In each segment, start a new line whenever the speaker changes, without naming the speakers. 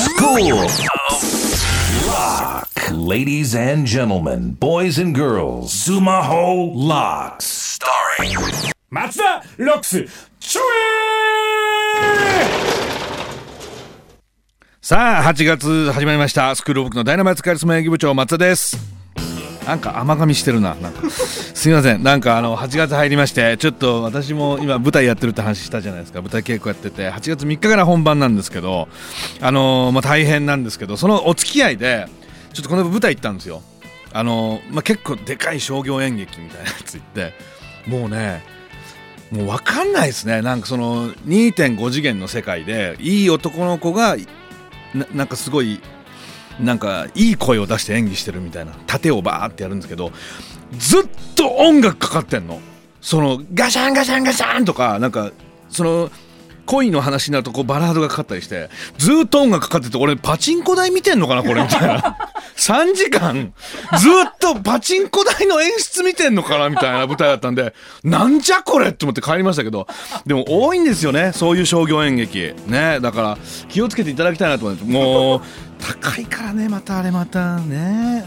Soul. Lock. Ladies and gentlemen, boys and girls, Sumaho Locks. Starring
松田ロックスショー
さあ、8月始まりました。スクールオブックのダイナマイトカリスマ営業部長、松田です。なんか甘噛みしてるな。なんか すいません。なんかあの、8月入りまして、ちょっと私も今舞台やってるって話したじゃないですか。舞台稽古やってて、8月3日から本番なんですけど、あのーまあ、大変なんですけど、そのお付き合いで、ちょっとこの舞台行ったんですよ。あのーまあ、結構でかい商業演劇みたいなやつ行って、もうね、もう分かんないですね。なんかその2.5次元の世界で、いい男の子がななんかすごいなんかいい声を出して演技してるみたいな盾をバーってやるんですけどずっと音楽かかってんのそのガシャンガシャンガシャンとかなんかその恋の話になるとこうバラードがかかったりしてずっと音楽かかってて俺パチンコ台見てんのかなこれみたいな 3時間ずっとパチンコ台の演出見てんのかなみたいな舞台だったんでなんじゃこれって思って帰りましたけどでも多いんですよねそういう商業演劇ねだから気をつけていただきたいなと思ってもう高いからねまたあれまたね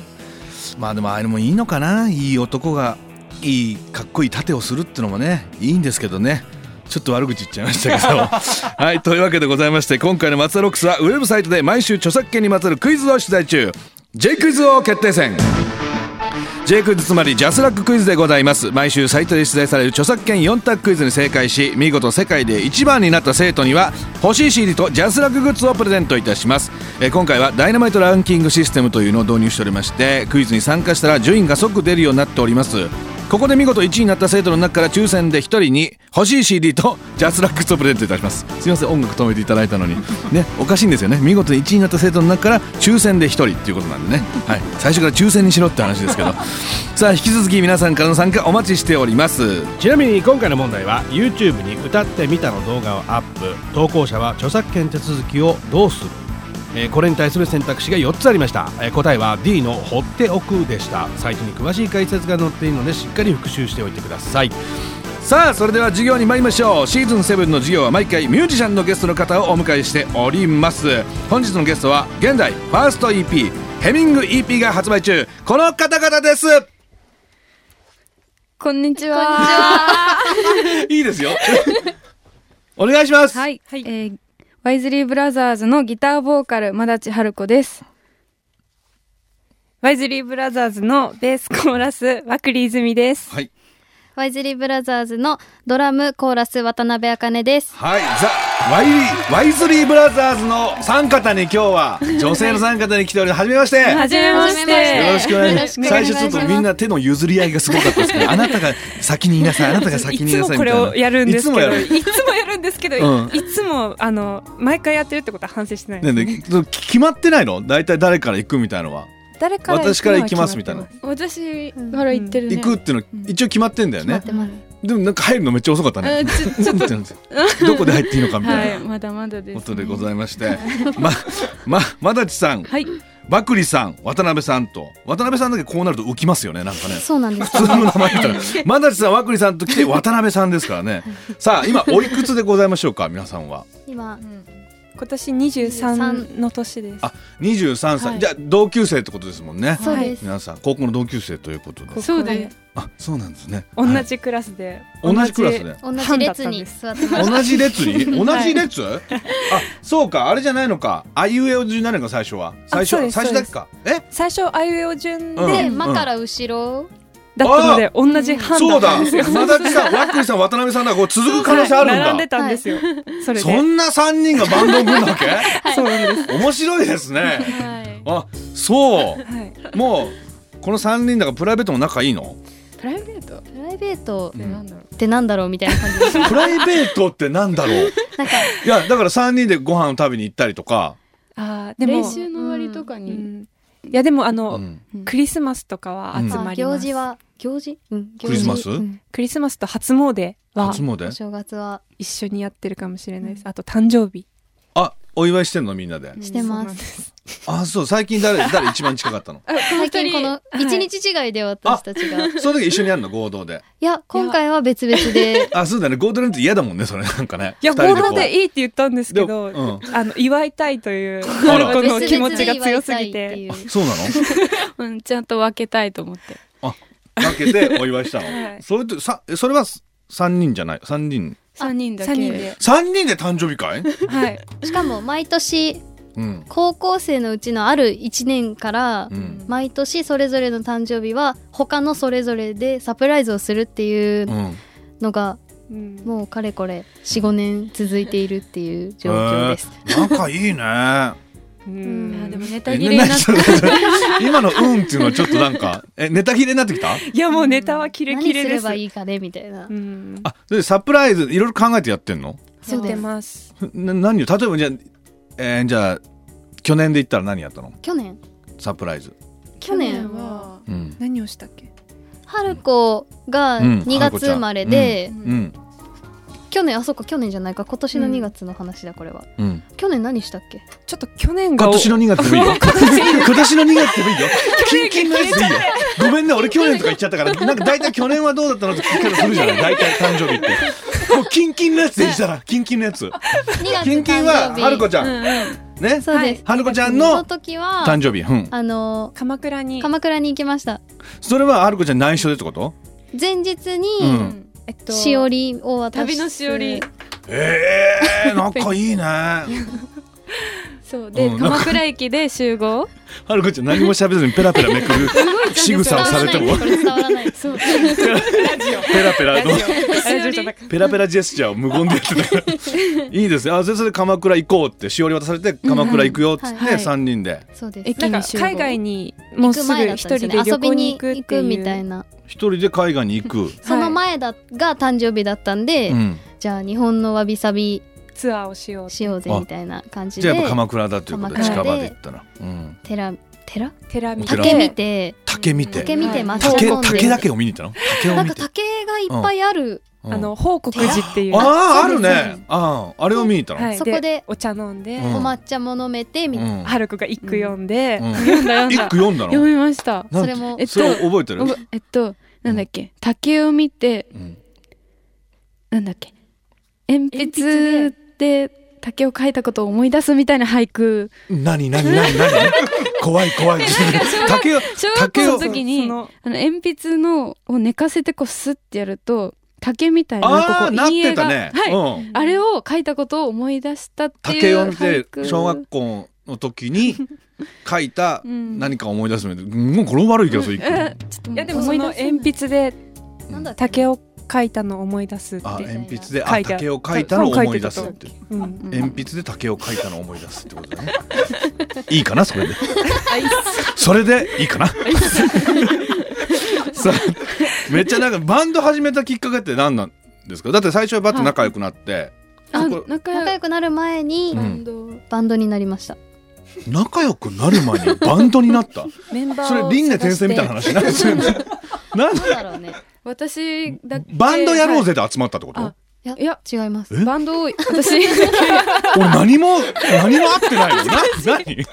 まあでもああいうのもいいのかないい男がいいかっこいい盾をするってのもねいいんですけどねちょっと悪口言っちゃいましたけどはいというわけでございまして今回の「松田ロックス」はウェブサイトで毎週著作権にまつわるクイズを取材中 J クイズ王決定戦 J クイズつまりジャスラッククイズでございます毎週サイトで出題される著作権4択クイズに正解し見事世界で一番になった生徒には欲しい CD とジャスラックグッズをプレゼントいたします、えー今回はダイナマイトランキングシステムというのを導入しておりましてクイズに参加したら順位が即出るようになっておりますここで見事1位になった生徒の中から抽選で1人に欲しい CD とジャスラックグッズをプレゼントいたしますすいません音楽止めていただい たのにねおかしいんですよね見事1位になった生徒の中から抽選で1人っていうことなんでね、はい、最初から抽選にしろって話ですけど さあ引き続き皆さんからの参加お待ちしております
ちなみに今回の問題は YouTube に歌ってみたの動画をアップ投稿者は著作権手続きをどうする、えーこれに対する選択肢が4つありました、えー答えは D の「放っておく」でしたサイトに詳しい解説が載っているのでしっかり復習しておいてください
さあそれでは授業に参りましょうシーズン7の授業は毎回ミュージシャンのゲストの方をお迎えしております本日のゲストは現在ファースト EP ヘミング EP が発売中この方々です
こんにちは。こんにちは。
いいです よ
お願いします、
はい。えーワイズリーブラザーズのギターボーカル、まだちはるこです。
ワイズリーブラザーズのベースコーラス、ワクリーズミです。
はい
ワイズリーブラザーズのドラムコーラス渡辺茜です。
はいザ・ワイリーワイズリーブラザーズの三方に今日は女性の三方に来ておりますはじめまして
はじめまし
よ
て。
ろしくお願いします。最初ちょっとみんな手の譲り合いがすごかったですけど、あなたが先に言いなさい、あなたが先
い
に
つ
言いな
も
さい
こ
みた
れ
いな。
をやるんです
いつ
けど、
もやる。
いつもやるんですけど、
うん
いつも、あの、毎回やってるってことは反省してない
ね
で
え
す。
ねえその決まってないの？大体誰から行くみたいのは。
誰か
私から行きますみたいな。
私から言ってるね。
行くっていうの一応決まってんだよね。
でも
でもなんか入るのめっちゃ遅かったね。
ちょちょっ
うんってなって どこで入っていいのかみた
はいい、
な。
まだまだです、ね。
ことでございまして、ま、ま、まだちさん、
はい。
ばくりさん、渡辺さんと、渡辺さんだけこうなると浮きますよね、なんかね。
そうなんです
普。通の名前だった ら、まだちさん、和栗さんと来て渡辺さんですからね。さあ、今おいくつでございましょうか、皆 さんは。
今
今年23の年です。
あ、二十三歳、
はい
じゃあ同級生ってことですもんね。
そうです。
皆さん、高校の同級生ということで
ここ。
そうです。
あ、そうなんですね。
同
はい
じクラスで。
同じクラスで。
同じ列に座ってます。
同じ列 に同じ列、あそうかあれじゃないのかあいうえお順になるのか最初は最
そう
初
です
最初だけかえ
最初、あいうえお順で、
うん
で、まから後ろ。
だったので、同じ班
そう
だった
だ
んですよ。
まだちさん和栗さん渡辺さんだこう続く可能性あるんだ、
はい並んでたんですよ。それで。
そんな三人がバンドを組んだわけ、
そうなんです。
面白いですね
はい。
あそ
はい。
うもうこの三人だからプライベートも仲いい の
プライベートっ
プライベート
てなんだろう。
ってなんだろうみたいな感じです。
プライベートってなんだろう。いや、だから三人でご飯を食べに行ったりとか。
あーでも
練、習の終わりとか
う
に。
んいや、でも、あの、
うん
クリスマスとかは集ま
あ
りま
行
す。
事は行事？うん。行事
クリスマス
うん
クリスマスと初詣は
初
お
詣。
正月は
一緒にやってるかもしれないです。あと誕生日。
あ、お祝いしてんのみんなで。
してます
す。
あ、そう、最近 誰、誰一番近かったの
最近この
い
一日違いで私たちが、い、
その時一緒にやるの合同で。
や今回は別々 で
あ、そうだね。合同なんて嫌だもんね、それなんかね。
いや、
二人
合
こう
同でいいって言ったんですけど、
でも
あの、祝いたいという、
あ
ハ
ら
ルコの
別
気持
々で
ちが
祝
強
い
す
たい
ぎ
って
て。
いう
そうなの
うん、ちゃんと分けたいと思って。
あ、分けてお祝いした
は
の。
い
それと、さ、それは三人じゃない三人。
三人だけ。
3人で。
三人で誕生日 会
はい。
しかも毎年
うん。
高校生のうちのある1年から
うん。
毎年それぞれの誕生日は他のそれぞれでサプライズをするっていう
うん。
のが
うん
もうかれこれ45年続いているっていう状況です。
えー。仲いいね。
う
いやでも
ん
ネタ切れになって。
え今の「うん」っていうのはちょっとなんかえネタ切れになってきた
いや、もうネタはキレ
何
キ
す
レで
れ
す。
ばいいかねみたいな。
うん。
あでサプライズいろいろ考えてやってんの
や
そう
って
です。
ます。
な何を例えばじゃあ、えーじゃあ去年で言ったら何やったの
去年
サプライズ、
去年は
うん
何をしたっけ
春子が
うん
2月生まれで、
うん
去年あそっか去年じゃないか今年の2月の話だこれは。
うん、
去年何したっけ？
ちょっと去年が
今年の2月でもいいよ今年の2月でもいいよキンキンのやつでいいよごめんね俺去年とか言っちゃったからなんか大体去年はどうだったのって聞くからする じゃない大体誕生日 ってもうキンキンのやつでいいからキンキンのやつ
2月
キンキンは春子ちゃん、ね
そうです。
春子ちゃん
その
の
時は
誕生日うん
あの
鎌倉に
鎌倉に行きました。
それは春子ちゃん内緒でってこと
前日に、
うん
うんえっと
しおりを渡す
旅のしおり
ええー、仲いいね。は
そうで、
うん
鎌倉駅で集合。
るこちゃん何も喋らずにペラペラめくる仕
伝
草を
わ
され
らな
て
いで
も
すこれ伝わらないです。そう
ペラペラの
ラジオじゃなく
ペラペラジェスチャーを無言でやってたから。いいですね。あそれそれで鎌倉行こうってしおり渡されて鎌倉行くよっつっ
うん
は
て
い
三人で
そうです。
駅
なん
に
か
集合。
海外にもうすぐ一人で旅
遊び
行に
に
行
行く
くっていう
みたいな
一人で海外に行く。
その前だが誕生日だったんで、
うん。
じゃあ日本のわびさび
ツアーをしよう
しようぜ
あ
みたいな感じ
じゃ
で
あやっぱ鎌倉だということで
鎌
近
倉で
場で行ったら。うん。
寺寺
寺見て
寺
竹見て
竹見て。
竹見て松
竹
を
竹だけを見に行ったの？竹を
なん
見
か
て。
竹がいっぱいある、
うん
あの報国寺っていう
あーあ
そ
る
うですそうで
ね。あああれを見に行ったの。
はい
そこで
お茶飲んで
うん
お抹茶も飲めてみたいな、
うん
春子が一句読んで
うん
読んだ読ん
一
だ
句。読んだの
読。みました。
なん
そ
て
れも
えっと
それ覚えてる
おぼえっとなんだっけ竹を見て
うん
なんだっけ鉛筆で竹を描いたことを思い出すみたいな俳句。
何何何何怖い怖い 竹を
小学校の
竹を
時に
その
あの鉛筆のを寝かせてこうスッてやると竹みたいな
ああ
ここ
なってた
陰
ね
影がはい。
うん
あれを書いたことを思い出したってい
竹
う
を見て
俳句
小学校の時に書いた
うん
何かを思い出すみたいなもうこれ悪いけどそれ一個
えちょっと
いやでもその鉛筆で
うん
なんだっけ
竹を描いたのを思い出すって
あ
いう
鉛筆で
書
あ
いてある
竹を書いたのを思い出すって
うん
うん
鉛筆で竹を書いたのを思い出すってことだねいいかなそれでそれでいいかなさあめっちゃなんかバンド始めたきっかけって何なんですかだって最初はバッて仲良くなって
あ
そこ
仲
仲
良
良くなる前に、
うん
バンドになりました
仲良くなる前にバンドになった
メンバーを
それ輪廻転生みたいな話なんですよね。なん
なんだろうね
私だけ
バンドやろうぜで集まったってこと、
あ
いや
いや
違います
え
バンドを 私
俺何も何も合ってないよ な何、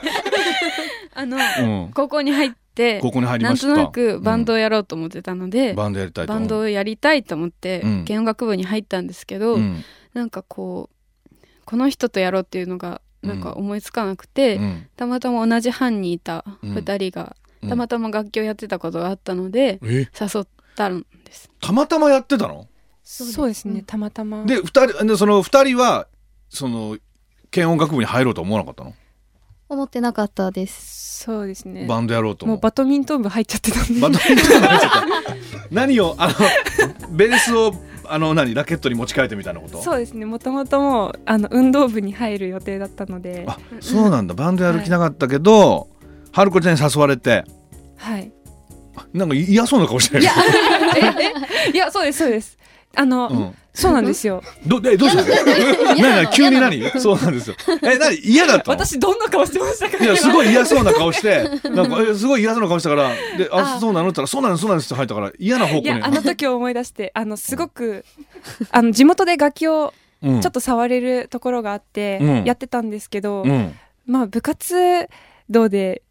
あの
うん、
高校に入って
ここに入り
な
ま
ん
した
となくバンドをやろうと思ってたの
う
で
ん、バンドやりたいと
バンドをやりたいと思って
うん
弦楽部に入ったんですけど、
うん
なんかこうこの人とやろうっていうのがなんか思いつかなくて、
うん
たまたま同じ班にいた2人が、
うん
たまたま楽器をやってたことがあったので、
え
誘ったんです
たまたまやってたの
そうですねたまたま
で二人でその二人はその軽音楽部に入ろうとは思わなかったの
思ってなかったです
そうですね
バンドやろうと
も
思
う
う
バドミントン部入っちゃってたんで
バンドやりたいなっちゃった何をあのベースをあの何ラケットに持ち替えてみたいなこと
そうですねもともともうあの運動部に入る予定だったので
あそうなんだバンドやる気なかったけど、春子ちゃんに誘われて
はい
なんか嫌そうな顔してる
いや ええいやそうですそうですあの、
うん
そうなんですよ
どえどうしたの
嫌なの
何何急に何そうなんですよえ何嫌だったの
私どんな顔してましたか
いやすごい嫌そうな顔してなんかえすごい嫌そうな顔したからであ
あ
そうなのって言ったらそうなのそうなんですって入ったから嫌な方向
い
に
やあの時を思い出してあのすごくあの地元で楽器を
うん
ちょっと触れるところがあって
うん
やってたんですけど、
うん
まあ部活動で、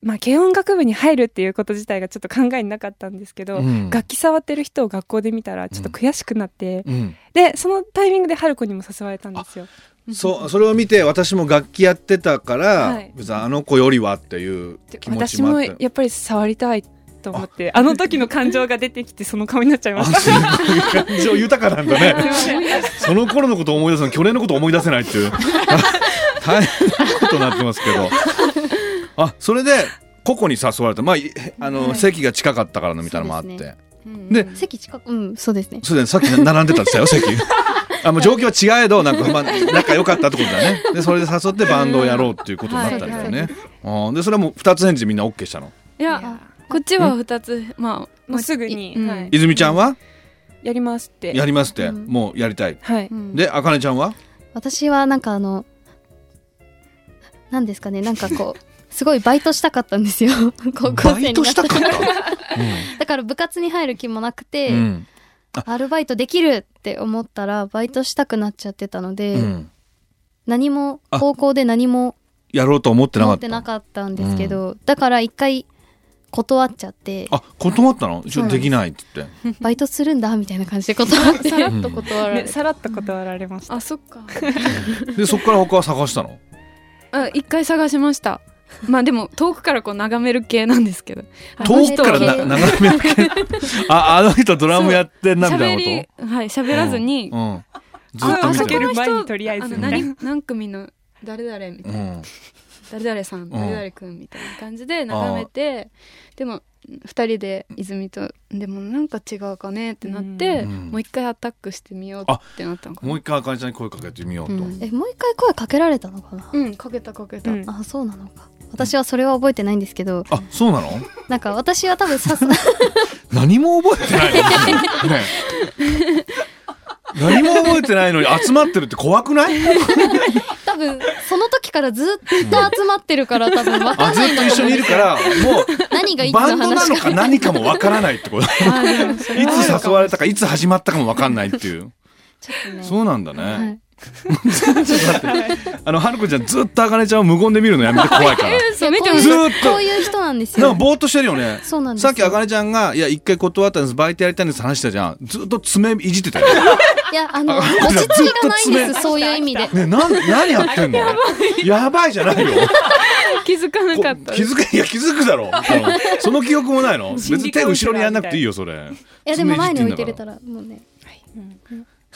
まあ、軽音楽部に入るっていうこと自体がちょっと考えになかったんですけど、
うん
楽器触ってる人を学校で見たらちょっと悔しくなって、
うん
でそのタイミングで春子にも誘われたんですよ。
そうそれを見て私も楽器やってたから、
はい
別にあの子よりはっていう
で
気持ち
私
もあっ
も
て
やっぱり触りたいと思ってあの時の感情が出てきてその顔になっちゃいました。
感情豊かなんだ ねその頃のことを思い出すの去年のことを思い出せないっていう大変なことになってますけどあそれでココに誘われたまあいあの、席が近かったからのみたいなのもあって
そう
そ
です
で
席近くうんそうですね
うだねさっき並んでたんですよ席あもう状況は違えどなんか、まあ、仲良かったってことだねでそれで誘ってバンドをやろうっていうことになったんだよね、あーでそれはもう2つ返事でみんな OK したの
いやこっちは二つまあ
もうすぐに、
うん
はい、
泉ちゃんは
やりますって。
やりますって、
うん
もうやりたい
はい。
うん
であかねちゃんは
私はなんかあのなんですかねなんかこう すごいバイトしたかったんですよ 高校
バ
生
イ
に
ト
な
し
ったた
かっ
ら
た、
だから部活に入る気もなくて、
うん
アルバイトできるって思ったらバイトしたくなっちゃってたので、
うん、
何も
あ
高校で何も
やろうと思ってなか
持
っ
って
た
なかったんですけど、だから一回断っちゃって
あ断ったのちょっとできないって言って
バイトするんだみたいな感じ で断ってさらっと断られ
ね、
て、
さらっと断られました。
あそっか
でそっから他は探したの
あ一回探しましたまあでも遠くからこう眺める系なんですけど
遠くからな
人
眺める系ああの人ドラムやってんなみたいな
喋
こと
りはい喋らずに、
うんうん、ずっと見
あかけ
てる
る前にとりあえず
あの
みたいな
何何組の誰々みた
う
いな、
ん
誰々さん誰々くんみたいな感じで眺めてでも二人で泉とでもなんか違うかねってなって、
うん
もう一回アタックしてみようってなったのか
も
な
う一回あかねちゃんに声かけてみようと、
うん
えもう一回声かけられたのかな、
うんかけたかけた、
うん
あそうなのか私はそれは覚えてないんですけど
あそうなの
なんか私は多分 さす
何も覚えてないの、ねえ、何も覚えてないのに集まってるって怖くない
多分その時からずっと集まってるから多分分か
あ
ん
ず
な
っ
いん
と
だ
一
と
緒
思
にいるからもう
う何がいつの
バンドなの
話
か
か
何かもわからないってことい
あーでもそれはあるかも
つ誘われたかいつ始まったかもわかんないっていう
ちょっとね
そうなんだ
は
ね、
い
あのはるこちゃんずっとあかねちゃんを無言で見るのやめて怖いから
そう
めて
こう
も
ず
いう
ーっと
こういう人なんです
なんか
よ
ぼーっとしてるよね
そうなんですよ
さっきあかねちゃんが「いや一回断ったんですバイトやりたいんです」話したじゃんずっと爪いじってたよね
いやあの
あ
落ち着きがない
ず
ん
っと
で
爪
すそういう意味で
ねなん何やってんのやばいじゃない よ
気づかな
こ
かった。
気づくいや気づくだ ろうんその記憶もないの別に手後ろにやんなくていいよそれ
いやでも前に置いて
る
れたらもうね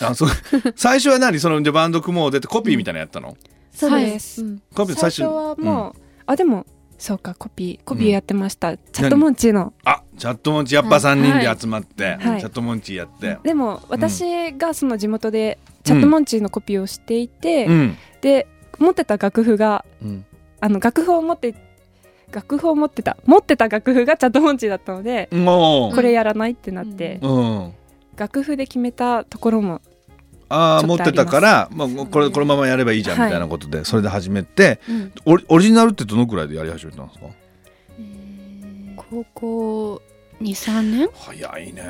あそう最初は何そのじゃあバンド組もうでってコピーみたいなのやったの、
そう
はい
です、うん
コピー
最
最
初
初
は
うん
もう、あでもそうかコピーコピーやってました。チャットモンチーの。
あチャットモンチーやっぱ3人
はい
で集まって、
はい
チャットモンチーやって、
でも私がその地元でチャットモンチーのコピーをしていて、
うん
で持ってた楽譜が
うん
あの楽譜を持って楽譜を持ってた持ってた楽譜がチャットモンチーだったので、
も
これやらないってなって、
う、うん、
楽譜で決めたところも
ああ
ち
持
ょっ
っ
と
て
ありま
たか
す
ら、まあ、これこのままやればいいじゃんみ
はい
たいなことで、それで始めて
うん
オリオリジナルってどのくらいでやり始めたんですか
高校23年
早いね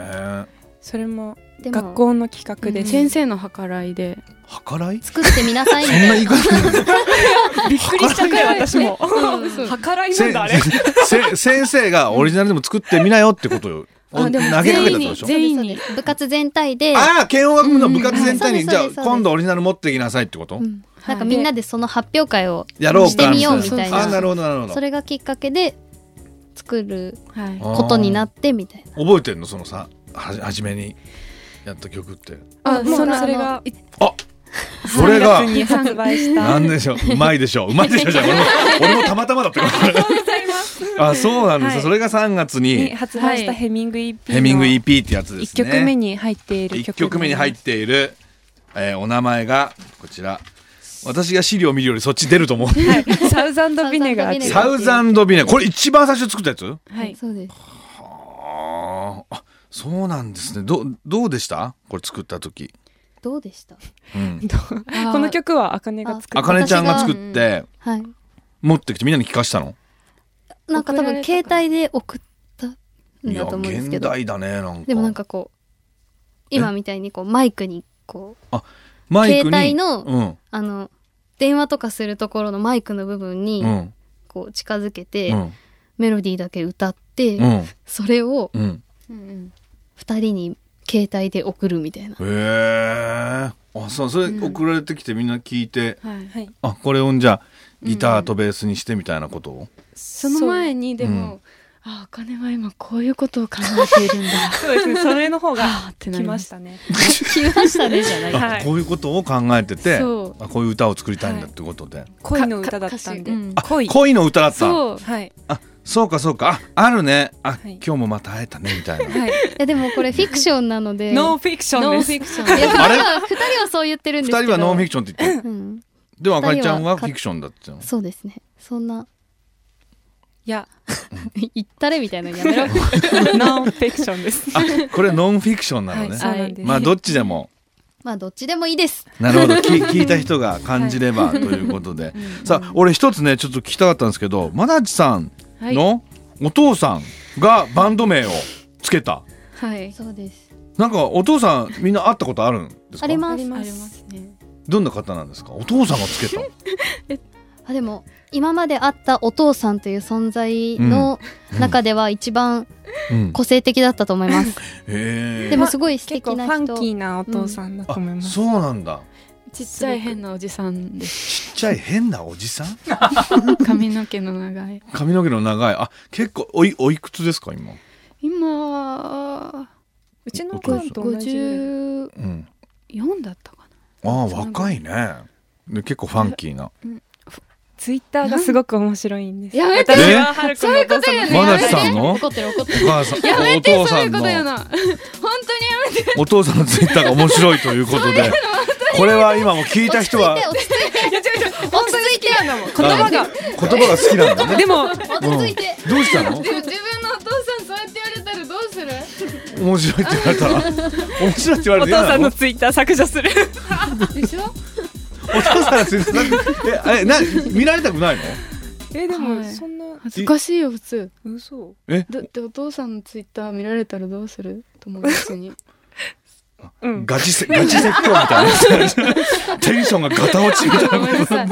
それも
でも
学校の企画で、
うん
先生の計らいで
計らい
作ってみなさいみ
そんな
た
言
い
い方
びっくりしたくらい私 も
な、うんそう
計らいな
せ
んだあれ
せ 先生がオリジナルでも作ってみなよってことを投げかけたってことでしょ
全員に
部活全体で、
ああ慶応学部の部活全体に、
うん
じゃ
そう
あ
ですそうです
今度オリジナル持ってきなさいってこと、
うんなんかみんなでその発表会を
やろうか
してみようみたい
ああな
な
るほどなるほど
それがきっかけで作る
はい
ことになってみたいな
覚えてんのそのさはじ初めにやった曲って
あ
も
そうの
それが
それが
3月に発売した
なんでしょううまいでしょううまいでしょうじゃない俺も俺もたまたまだったか らあそうなんです、
はい
それが3月
に
に
発売した
はい
ヘミング EP の
ヘミング EP ってやつです
1
ね
曲目に入っている曲
一曲目に入っている、えーお名前がこちら私が資料見るよりそっち出ると 思う
てサウザンドビネガーっていう
サウザンドビネこれ一番最初に作ったやつ
はい
そうです
あーあそうなんですねどうどうでしたこれ作った時、
どうでした
うん、
この曲はあかねが作
あ
っ
かねちゃんが作って
はい
持ってきてみんなに聞かしたの
なんか多分携帯で送ったん
いや
だと思うんですけ
現
ど
代だねなんか
でもなんかこう今みたいにこうマイクにこう
あマイクに
携帯の
うん
あの電話とかするところのマイクの部分に
うん
こう近づけて、
うん
メロディーだけ歌って、
うん
それを
うん
うん
2人に携帯で送るみたい
へ
な
えあそうそれ送られてきてみんな聞いて、
うんはい
はい、
あこれをじゃあギターとベースにしてみたいなことを、
その前にでも、ああお金は今こういうことを考えているんだ
そうですねそれの方が
ああってな
来
りま
ま
し
したたね
来ましたねじゃな い
は
あ
い
こういうことを考えてて
そ
あこういう歌を作りたいんだってことで、
恋の歌だったんで、
か歌詞うん
あ
恋
恋の歌だった
そう
はい
そうかそうかああるねあ、
い
今日もまた会えたねみたい な、
はい
やでもこれフィクションな ので
ノンフィクション
ノ
で
ン
す
フィクション
いや
で
二人
あれ
は二人はそう言ってるんです
二
け
人
ど
はノンフィクションって言って
うん
でもあかりちゃんは
二人は
フィクションだっての
そうですねそんない
や
言ったれみたいなのやめ
ノ
ろ
ンフィクションです
あこれノンフィクションなのね、
はいそうなんです、
まあどっちでも
まあどっちでもいいです
なるほど聞聞いた人が感じれば、ということで、さあ俺一つねちょっと聞きたかったんですけどマナチさん
はい
のお父さんがバンド名をつけた
はい
そうです
なんかお父さんみんな会ったことあるんですか
あり
あ
ます
りま
あります
ね
どんな方なんですかお父さんがつけた
あでも今まであったお父さんという存在の中では一番
うん
個性的だったと思います、
へ
でもすごい素
結
敵
構フ
な
ァ
人
ンキーなお父さんだと思い
え
ます、
そうなんだ
ちっちゃい変なおじさんです
ちっ ちゃい変なおじさん
髪の毛の長い
髪の毛の長いあ結構おいおいくつですか今
今は
うちのお母さんと同じぐらい
54
うん
だったかな
ああ若いねで結構ファンキーな
ツイッターがすごく面白いんです
やめて
私ははるくんのお父さん
そういうことやね
マナチさんのお
怒ってる怒ってる
母さん
やめ
お
て
父
そう
さ
い
ん
うことや
の
な本当にやめて
お父さんのツイッターが面白いということでこれは今も聞いた人は
落ち着いて
いや違う違う本当に好きなんだもん言葉が
言葉が好きなんだね
でも
落ち着いて落ち着いて
どうしたの
でも自分のお父さんそうやって言われたらどうする
面白いって言われたら面白いって言われ
お父
て嫌
さ
なんの
のツイッター削除する
でしょ
お父さんのツイッターなんでえあれな見られたくないの
えでも
はい
そんな
恥ずかしいよ普通
嘘
だってお父さんのツイッター見られたらどうする友達に
うん
ガチせガチ説教みたい なテンションがガタ落ちみたいな
ごめんなさい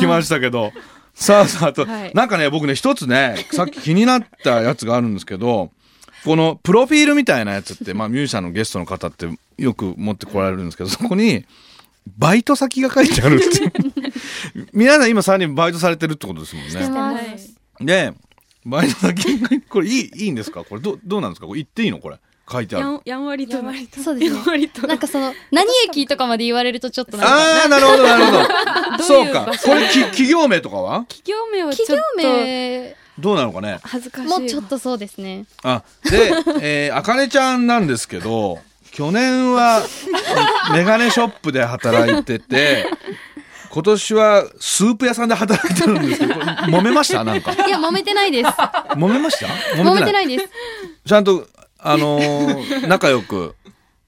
来ましたけど。さあさあと、
はい
なんかね、僕ね、一つね、さっき気になったやつがあるんですけど、このプロフィールみたいなやつって、まあ、ミュージシャンのゲストの方ってよく持ってこられるんですけど、そこに、バイト先が書いてあるっていう。 皆さん今3人バイトされてるってことですもんね。
は
ます
い
で、バイト先が、これいい、いいんですかこれどう、どうなんですかこれ言っていいのこれ。書いてあ
や
る。
んやんわりとな
そうですね
やんわりと
なんかその何駅とかまで言われるとちょっとなんか
ああ、なるほど、なるほど。
どう
そ
いうう
か
場所。
これき、企業名とかは
企業名はちょっ
企
と
業名
どうなのかね
恥ずかしい
もちょっとそうですね
あで、えー、あかねちゃんなんですけど去年はメガネショップで働いてて今年はスープ屋さんで働いてるんですけどこれ揉めましたなんか
いや揉めてないです
揉めました揉
揉めてないです
ちゃんとあのー仲良く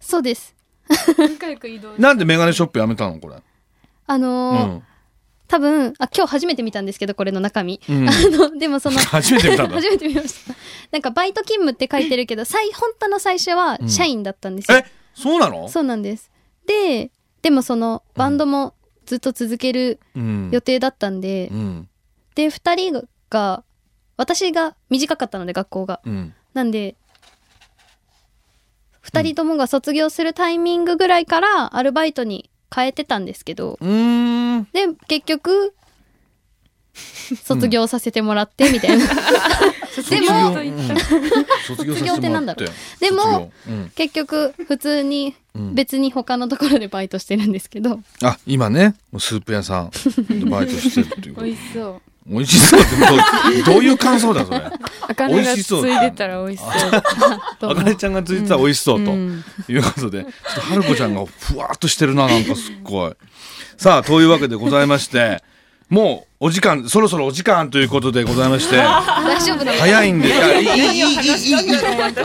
そうです
仲良く移動
なんでメガネショップやめたのこれ、
あの
う
ー
ん
多分あ今日初めて見たんですけどこれの中身、
うん
あのでもその
初めて見たんだ
初めて見ましたなんかバイト勤務って書いてるけ ど最本当の最初は社員だったんですよ、
えそうなの
そうなんですででもそのバンドもずっと続ける
うん
予定だったんで、
うん
で2人が私が短かったので学校が
うん
なんで2人ともが卒業するタイミングぐらいからアルバイトに変えてたんですけど、
うーん
で結局卒業させてもらってみたいな、でも
卒業うん卒業さ
卒
せ
業ってて
もら
なん
っ
だ
て
ろうでも
卒業うん
結局普通に
うん
別に他のところでバイトしてるんですけど、
あ今ねもうスープ屋さんでバイトしてるっていうこ
美
と
味しそう
美味しそうってどうどういう感想だそれ。
あかねがついでたら美味しそ う
あかねちゃんがついてたら美味しそうと
うん
いうことで、ちょっとはるこちゃんがふわっとしてるななんかすっごい。さあというわけでございまして、もうお時間そろそろお時間ということでございまして、
大丈夫なの
早いんでいやいいいいいいいいいい。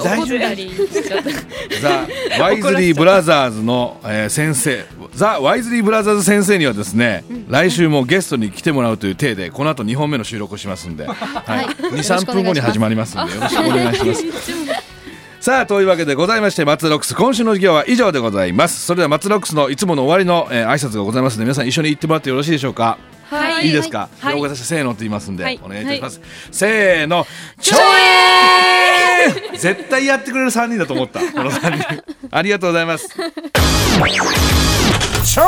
大丈夫 ザ・ワイズリー・ブラザーズの、えー先生ザ・ワイズリー・ブラザーズ先生にはですね、来週もゲストに来てもらうという体でこの後2本目 の収録をしますんで、はい、
はい
23分後に始まりますんでよろしくお願いします。 さあというわけでございましてマツロックス今週の授業は以上でございますそれではマツロックスのいつもの終わりの、えー挨拶がございますので皆さん一緒に行ってもらってよろしいでしょうか
はい
いいですか、
はい
大型車せーのって言いますんで、
はい
お願いいたします、せーのちょえー絶対やってくれる3人だと思ったこの3人ありがとうございます
Churn!